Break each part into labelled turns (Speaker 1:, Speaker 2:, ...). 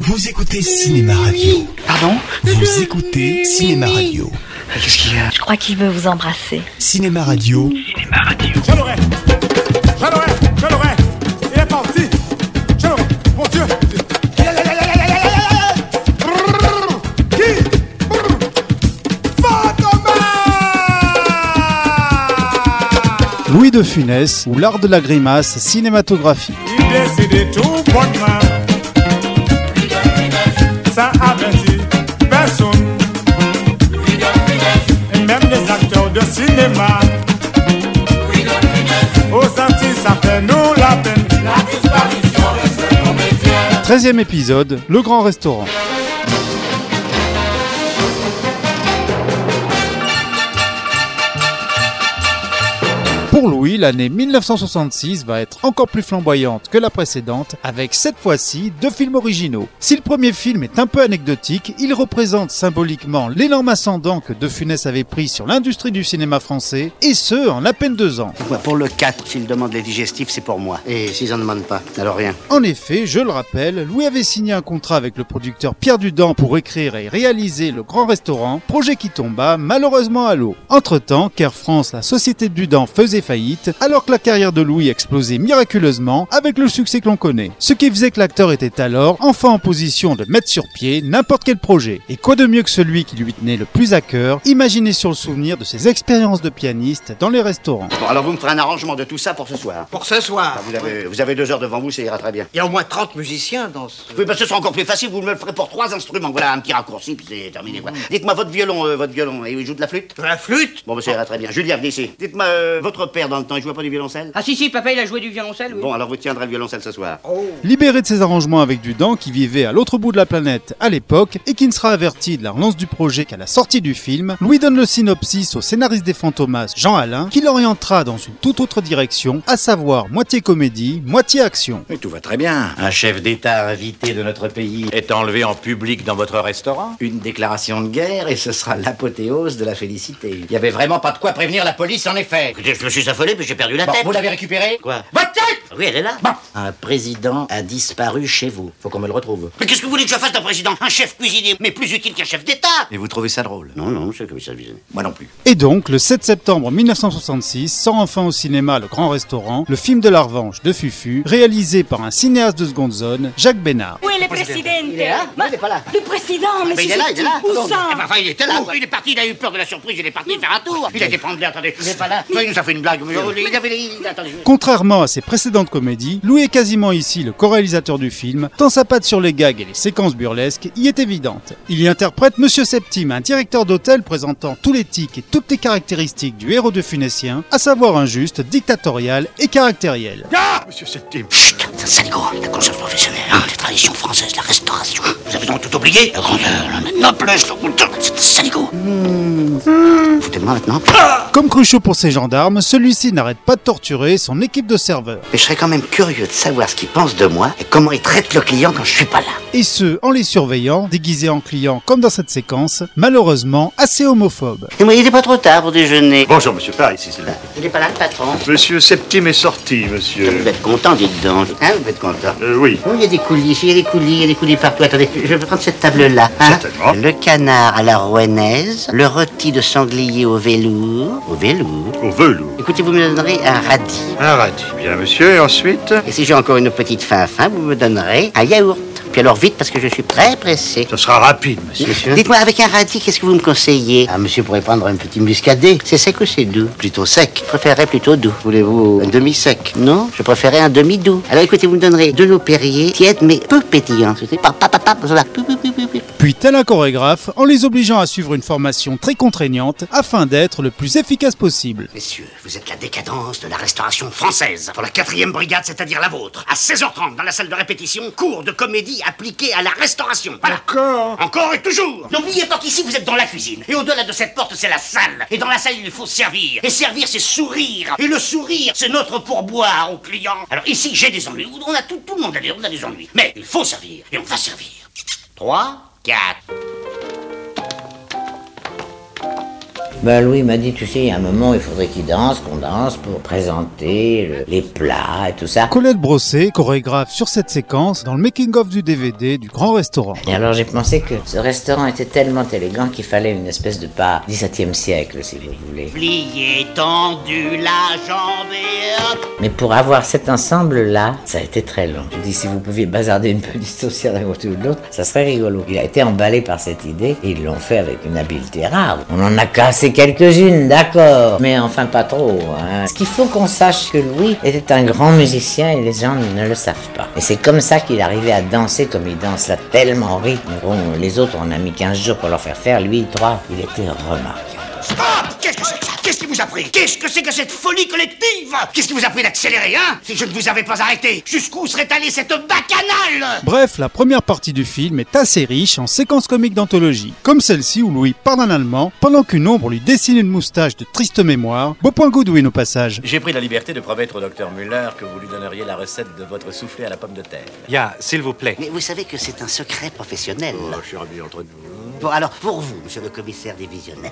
Speaker 1: Vous écoutez Cinéma Radio.
Speaker 2: Pardon
Speaker 1: Vous écoutez Cinéma Radio.
Speaker 2: Qu'est-ce qu'il y a
Speaker 3: Je crois qu'il veut vous embrasser.
Speaker 1: Cinéma Radio.
Speaker 4: Chaloret Chaloret Chaloret Il est parti Chaloret Mon Dieu Qui Fantomas
Speaker 5: Louis de Funès ou l'art de la grimace cinématographique.
Speaker 4: Il décide tout bonnement Sans avertir personne Et même les acteurs de cinéma Au senti ça fait nous la peine
Speaker 5: 13e épisode, Le Grand Restaurant. Pour Louis, l'année 1966 va être encore plus flamboyante que la précédente, avec cette fois-ci deux films originaux. Si le premier film est un peu anecdotique, il représente symboliquement l'énorme ascendant que De Funès avait pris sur l'industrie du cinéma français, et ce, en à peine deux ans.
Speaker 6: Ouais, pour le 4, s'il demande les digestifs, c'est pour moi. Et s'ils en demandent pas, alors rien.
Speaker 5: En effet, je le rappelle, Louis avait signé un contrat avec le producteur Pierre Dudan pour écrire et réaliser Le Grand Restaurant, projet qui tomba malheureusement à l'eau. Entre-temps, qu'Air France, la société de Dudan, faisait faillite, alors que la carrière de Louis explosait miraculeusement avec le succès que l'on connaît. Ce qui faisait que l'acteur était alors enfin en position de mettre sur pied n'importe quel projet. Et quoi de mieux que celui qui lui tenait le plus à cœur, imaginer sur le souvenir de ses expériences de pianiste dans les restaurants.
Speaker 6: Bon, alors vous me ferez un arrangement de tout ça pour ce soir.
Speaker 7: Pour ce soir.
Speaker 6: Ah, Vous avez, vous avez deux heures devant vous, ça ira très bien.
Speaker 7: Il y a au moins 30 musiciens dans ce.
Speaker 6: Oui, bah, ce sera encore plus facile, vous me le ferez pour trois instruments. Voilà, un petit raccourci, puis c'est terminé,
Speaker 8: Mm.
Speaker 6: quoi. Dites-moi, votre violon, euh, votre violon, et il joue de la flûte
Speaker 7: De la flûte
Speaker 6: Bon, bah, ça ira très bien. Julien, venez ici. Dites-moi, euh, votre père, dans le temps, il jouait pas du violoncelle
Speaker 8: Ah si si, papa il a joué du violoncelle, oui. Oh.
Speaker 6: Bon, alors vous tiendrez le violoncelle ce soir.
Speaker 5: Libéré de ses arrangements avec Dudan qui vivait à l'autre bout de la planète à l'époque et qui ne sera averti de la relance du projet qu'à la sortie du film, Louis donne le synopsis au scénariste des Fantomas Jean Alain qui l'orientera dans une toute autre direction, à savoir moitié comédie, moitié action.
Speaker 9: Mais tout va très bien.
Speaker 6: Un chef d'État invité de notre pays.
Speaker 9: Est enlevé en public dans votre restaurant
Speaker 6: Une déclaration de guerre et ce sera l'apothéose de la félicité. Il y avait vraiment pas de quoi prévenir la police, en effet. Écoutez, je me suis affolé, puis j'ai perdu la tête. Vous l'avez récupérée Quoi Votre tête Oui, elle est là. Un président a disparu chez vous. Faut qu'on me le retrouve. Mais qu'est-ce que vous voulez que je fasse d'un président Un chef cuisinier, mais plus utile qu'un chef d'État
Speaker 9: Et vous trouvez ça drôle
Speaker 6: Non, non, c'est comme ça, visé.
Speaker 9: Moi non plus.
Speaker 5: Et donc, le 7 septembre 1966, sort enfin au cinéma Le Grand Restaurant, le film de la revanche de Fufu, réalisé par un cinéaste de seconde zone, Jacques Bénard.
Speaker 10: Où est le président
Speaker 6: Il est là Non, il est pas là. Ah,
Speaker 10: Le président, mais
Speaker 6: Bah, Mais il
Speaker 10: c'est
Speaker 6: est là, il est là.
Speaker 10: Où ça
Speaker 6: Eh ben, enfin, il était là. Il est parti, il a eu peur de la surprise, il est parti faire un tour. Il a été prendre l'air, attendez. Il est pas là. Il nous a fait une blague. mais- Il avait les. Attendez. je-
Speaker 5: Contrairement à ses précédentes comédies, Louis est quasiment ici le co-réalisateur du film, tant sa patte sur les gags et les séquences burlesques y est évidente. Il y interprète Monsieur Septime, un directeur d'hôtel présentant tous les tics et toutes les caractéristiques du héros de Funessien, à savoir injuste, dictatorial et caractériel.
Speaker 4: Monsieur Septime
Speaker 6: Chut, saligo, la conscience professionnelle, hein, les traditions françaises, la restauration. Vous avez donc tout oublié La grandeur, la noblesse, le conteur, c'est saligo. Foutez-moi maintenant.
Speaker 5: Comme Cruchot pour ses gendarmes, celui-ci n'arrête pas de torturer son équipe de serveurs.
Speaker 6: Mais je serais quand même curieux de savoir ce qu'il pense de moi et comment il traite le client quand je suis pas là.
Speaker 5: Et ce, en les surveillant, déguisés en clients comme dans cette séquence, malheureusement assez homophobe.
Speaker 6: Et moi, il est pas trop tard pour déjeuner.
Speaker 11: Bonjour, monsieur Parr, ici c'est Euh. là.
Speaker 6: Il est pas là, le patron
Speaker 11: Monsieur Septime est sorti,
Speaker 6: Vous
Speaker 11: monsieur.
Speaker 6: êtes content, dites donc. Hein, vous êtes content
Speaker 11: Euh, oui.
Speaker 6: Oh, il y a des coulisses, il y a des coulis, il y a des coulis partout. Attendez, je vais prendre cette table-là. Hein
Speaker 11: Certainement.
Speaker 6: Le canard à la rouennaise, le rôti de sanglier au velours. Au velours
Speaker 11: Au velours.
Speaker 6: Écoutez, vous me donnerez un radis.
Speaker 11: Un radis. Bien, monsieur, et ensuite
Speaker 6: Et si j'ai encore une petite faim à faim, vous me donnerez un yaourt. Puis alors vite, parce que je suis très pressé.
Speaker 11: Ce sera rapide, monsieur.
Speaker 6: Dites-moi, avec un radis, qu'est-ce que vous me conseillez Ah, monsieur pourrait prendre un petit muscadet. C'est sec ou c'est doux Plutôt sec. Je préférerais plutôt doux. Voulez-vous un demi-sec Non, je préférerais un demi-doux. Alors écoutez, vous me donnerez de l'eau Perrier, tiède mais peu pétillante. Vous savez, pa- pa- pa- pa- voilà. Pou- pou- pou- pou- pou.
Speaker 5: Puis tel un chorégraphe, en les obligeant à suivre une formation très contraignante afin d'être le plus efficace possible.
Speaker 6: Messieurs, vous êtes la décadence de la restauration française. Pour la quatrième brigade, c'est-à-dire la vôtre. À 16h30, dans la salle de répétition, cours de comédie appliqué à la restauration. Voilà.
Speaker 4: Encore
Speaker 6: Encore et toujours N'oubliez pas qu'ici, vous êtes dans la cuisine. Et au-delà de cette porte, c'est la salle. Et dans la salle, il faut servir. Et servir, c'est sourire. Et le sourire, c'est notre pourboire aux clients. Alors ici, j'ai des ennuis. On a tout, tout le monde a des, on a des ennuis. Mais il faut servir. Et on va servir. 3, 4.
Speaker 7: Ben Louis m'a dit, tu sais, il y a un moment, il faudrait qu'il danse, qu'on danse pour présenter le- les plats et tout ça.
Speaker 5: Colette Brossé, chorégraphe sur cette séquence dans le making-of du DVD du Grand Restaurant.
Speaker 7: Et alors j'ai pensé que ce restaurant était tellement élégant qu'il fallait une espèce de pas 17e siècle, si vous voulez.
Speaker 6: Plié, tendu, la jambe et hop.
Speaker 7: Mais pour avoir cet ensemble-là, ça a été très long. Je dis, si vous pouviez bazarder une petite saucière d'un côté ou de l'autre, ça serait rigolo. Il a été emballé par cette idée et ils l'ont fait avec une habileté rare. On en a cassé quelques-unes, d'accord, mais enfin pas trop. hein. Ce qu'il faut qu'on sache que Louis était un grand musicien et les gens ne le savent pas. Et c'est comme ça qu'il arrivait à danser comme il danse là, tellement au rythme. Bon, les autres, on a mis 15 jours pour leur faire faire. Lui, trois, il était remarquable.
Speaker 6: Stop Ah, Qu'est-ce que c'est que ça Qu'est-ce qui vous a pris Qu'est-ce que c'est que cette folie collective Qu'est-ce qui vous a pris d'accélérer, hein Si je ne vous avais pas arrêté, jusqu'où serait allée cette bacchanale
Speaker 5: Bref, la première partie du film est assez riche en séquences comiques d'anthologie, comme celle-ci où Louis parle en allemand pendant qu'une ombre lui dessine une moustache de triste mémoire. Beau point Goodwin au passage.
Speaker 9: J'ai pris la liberté de promettre au docteur Muller que vous lui donneriez la recette de votre soufflé à la pomme de terre.
Speaker 2: Ya, s'il vous plaît.
Speaker 6: Mais vous savez que c'est un secret professionnel.
Speaker 9: Oh, cher ami, entre nous.
Speaker 6: Bon, alors, pour vous, monsieur le commissaire divisionnaire,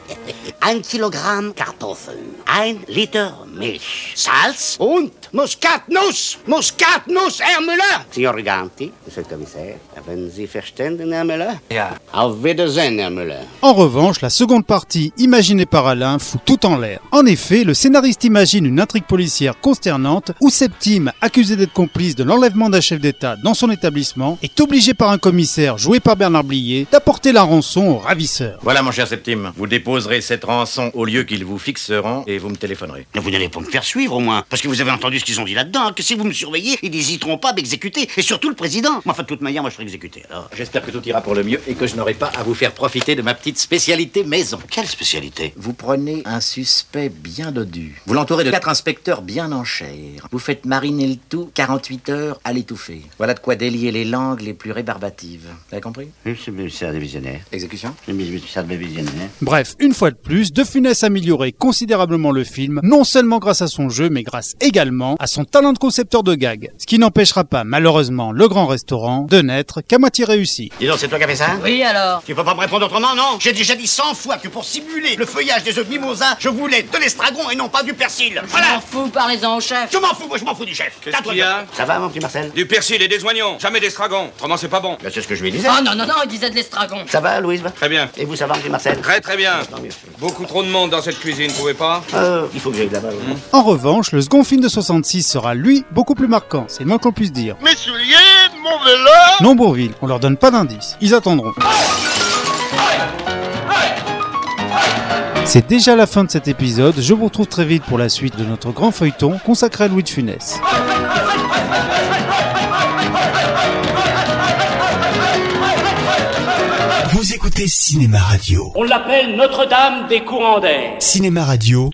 Speaker 6: 1 Kilogramm Kartoffeln, 1 Liter Milch, Salz und Muskatnuss, Muskatnuss, Herr Müller. Signor Riganti, monsieur le commissaire, haben Sie verstanden, Herr Müller?
Speaker 2: Ya.
Speaker 6: Auf Wiedersehen, Herr Müller.
Speaker 5: En revanche, la seconde partie, imaginée par Alain, fout tout en l'air. En effet, le scénariste imagine une intrigue policière consternante où Septime, accusé d'être complice de l'enlèvement d'un chef d'État dans son établissement, est obligé par un commissaire joué par Bernard Blier d'apporter la rançon au ravisseur.
Speaker 9: Voilà, mon cher Septime. Vous déposerez cette rançon au lieu qu'ils vous fixeront et vous me téléphonerez.
Speaker 6: Mais Vous n'allez pas me faire suivre, au moins, parce que vous avez entendu ce qu'ils ont dit là-dedans, hein, que si vous me surveillez, ils n'hésiteront pas à m'exécuter, et surtout le président. Mais enfin, de toute manière, moi, je serai exécuté, alors.
Speaker 9: J'espère que tout ira pour le mieux et que je n'aurai pas à vous faire profiter de ma petite spécialité maison.
Speaker 6: Quelle spécialité
Speaker 9: Vous prenez un suspect bien dodu. Vous l'entourez de quatre inspecteurs bien en chair. Vous faites mariner le tout 48 heures à l'étouffer. Voilà de quoi délier les langues les plus rébarbatives. Vous avez compris
Speaker 6: Monsieur le commissaire divisionnaire,
Speaker 9: Exécution
Speaker 6: monsieur le commissaire divisionnaire.
Speaker 5: Bref, une fois de plus, De Funès a amélioré considérablement le film, non seulement grâce à son jeu, mais grâce également à son talent de concepteur de gags. Ce qui n'empêchera pas, malheureusement, le grand restaurant de n'être qu'à moitié réussi.
Speaker 6: Dis donc, c'est toi qui as fait ça
Speaker 8: Oui, alors
Speaker 6: Tu peux pas me répondre autrement, non J'ai déjà dit 100 fois que pour simuler le feuillage des œufs de mimosa, je voulais de l'estragon et non pas du persil.
Speaker 8: Je m'en
Speaker 6: Voilà
Speaker 8: fous, parlez-en au chef
Speaker 6: Je m'en fous, moi je m'en fous du chef.
Speaker 2: Qu'est-ce qu'il y a
Speaker 6: Ça va, mon petit Marcel Ben,
Speaker 2: Du persil et des oignons, jamais d'estragon. Autrement, c'est pas bon.
Speaker 6: C'est ce que je lui disais.
Speaker 8: Oh non, non, non, il disait de l'estragon
Speaker 6: Ça va, Louise
Speaker 2: Très bien.
Speaker 6: Et vous, ça va, mon petit Marcel Ah,
Speaker 2: Très très bien.
Speaker 6: Tant mieux.
Speaker 2: Beaucoup trop de monde dans cette cuisine, trouvez pas
Speaker 6: Euh, il faut que j'aille là-bas. oui.
Speaker 5: En revanche, le second film de 66 sera, lui, beaucoup plus marquant, c'est le moins qu'on puisse dire.
Speaker 11: Mes souliers, mon vélo
Speaker 5: Non Bourville, on leur donne pas d'indice, ils attendront. C'est déjà la fin de cet épisode, je vous retrouve très vite pour la suite de notre grand feuilleton consacré à Louis de Funès.
Speaker 1: Vous écoutez Cinéma Radio.
Speaker 3: On l'appelle Notre-Dame des courants d'air.
Speaker 1: Cinéma Radio.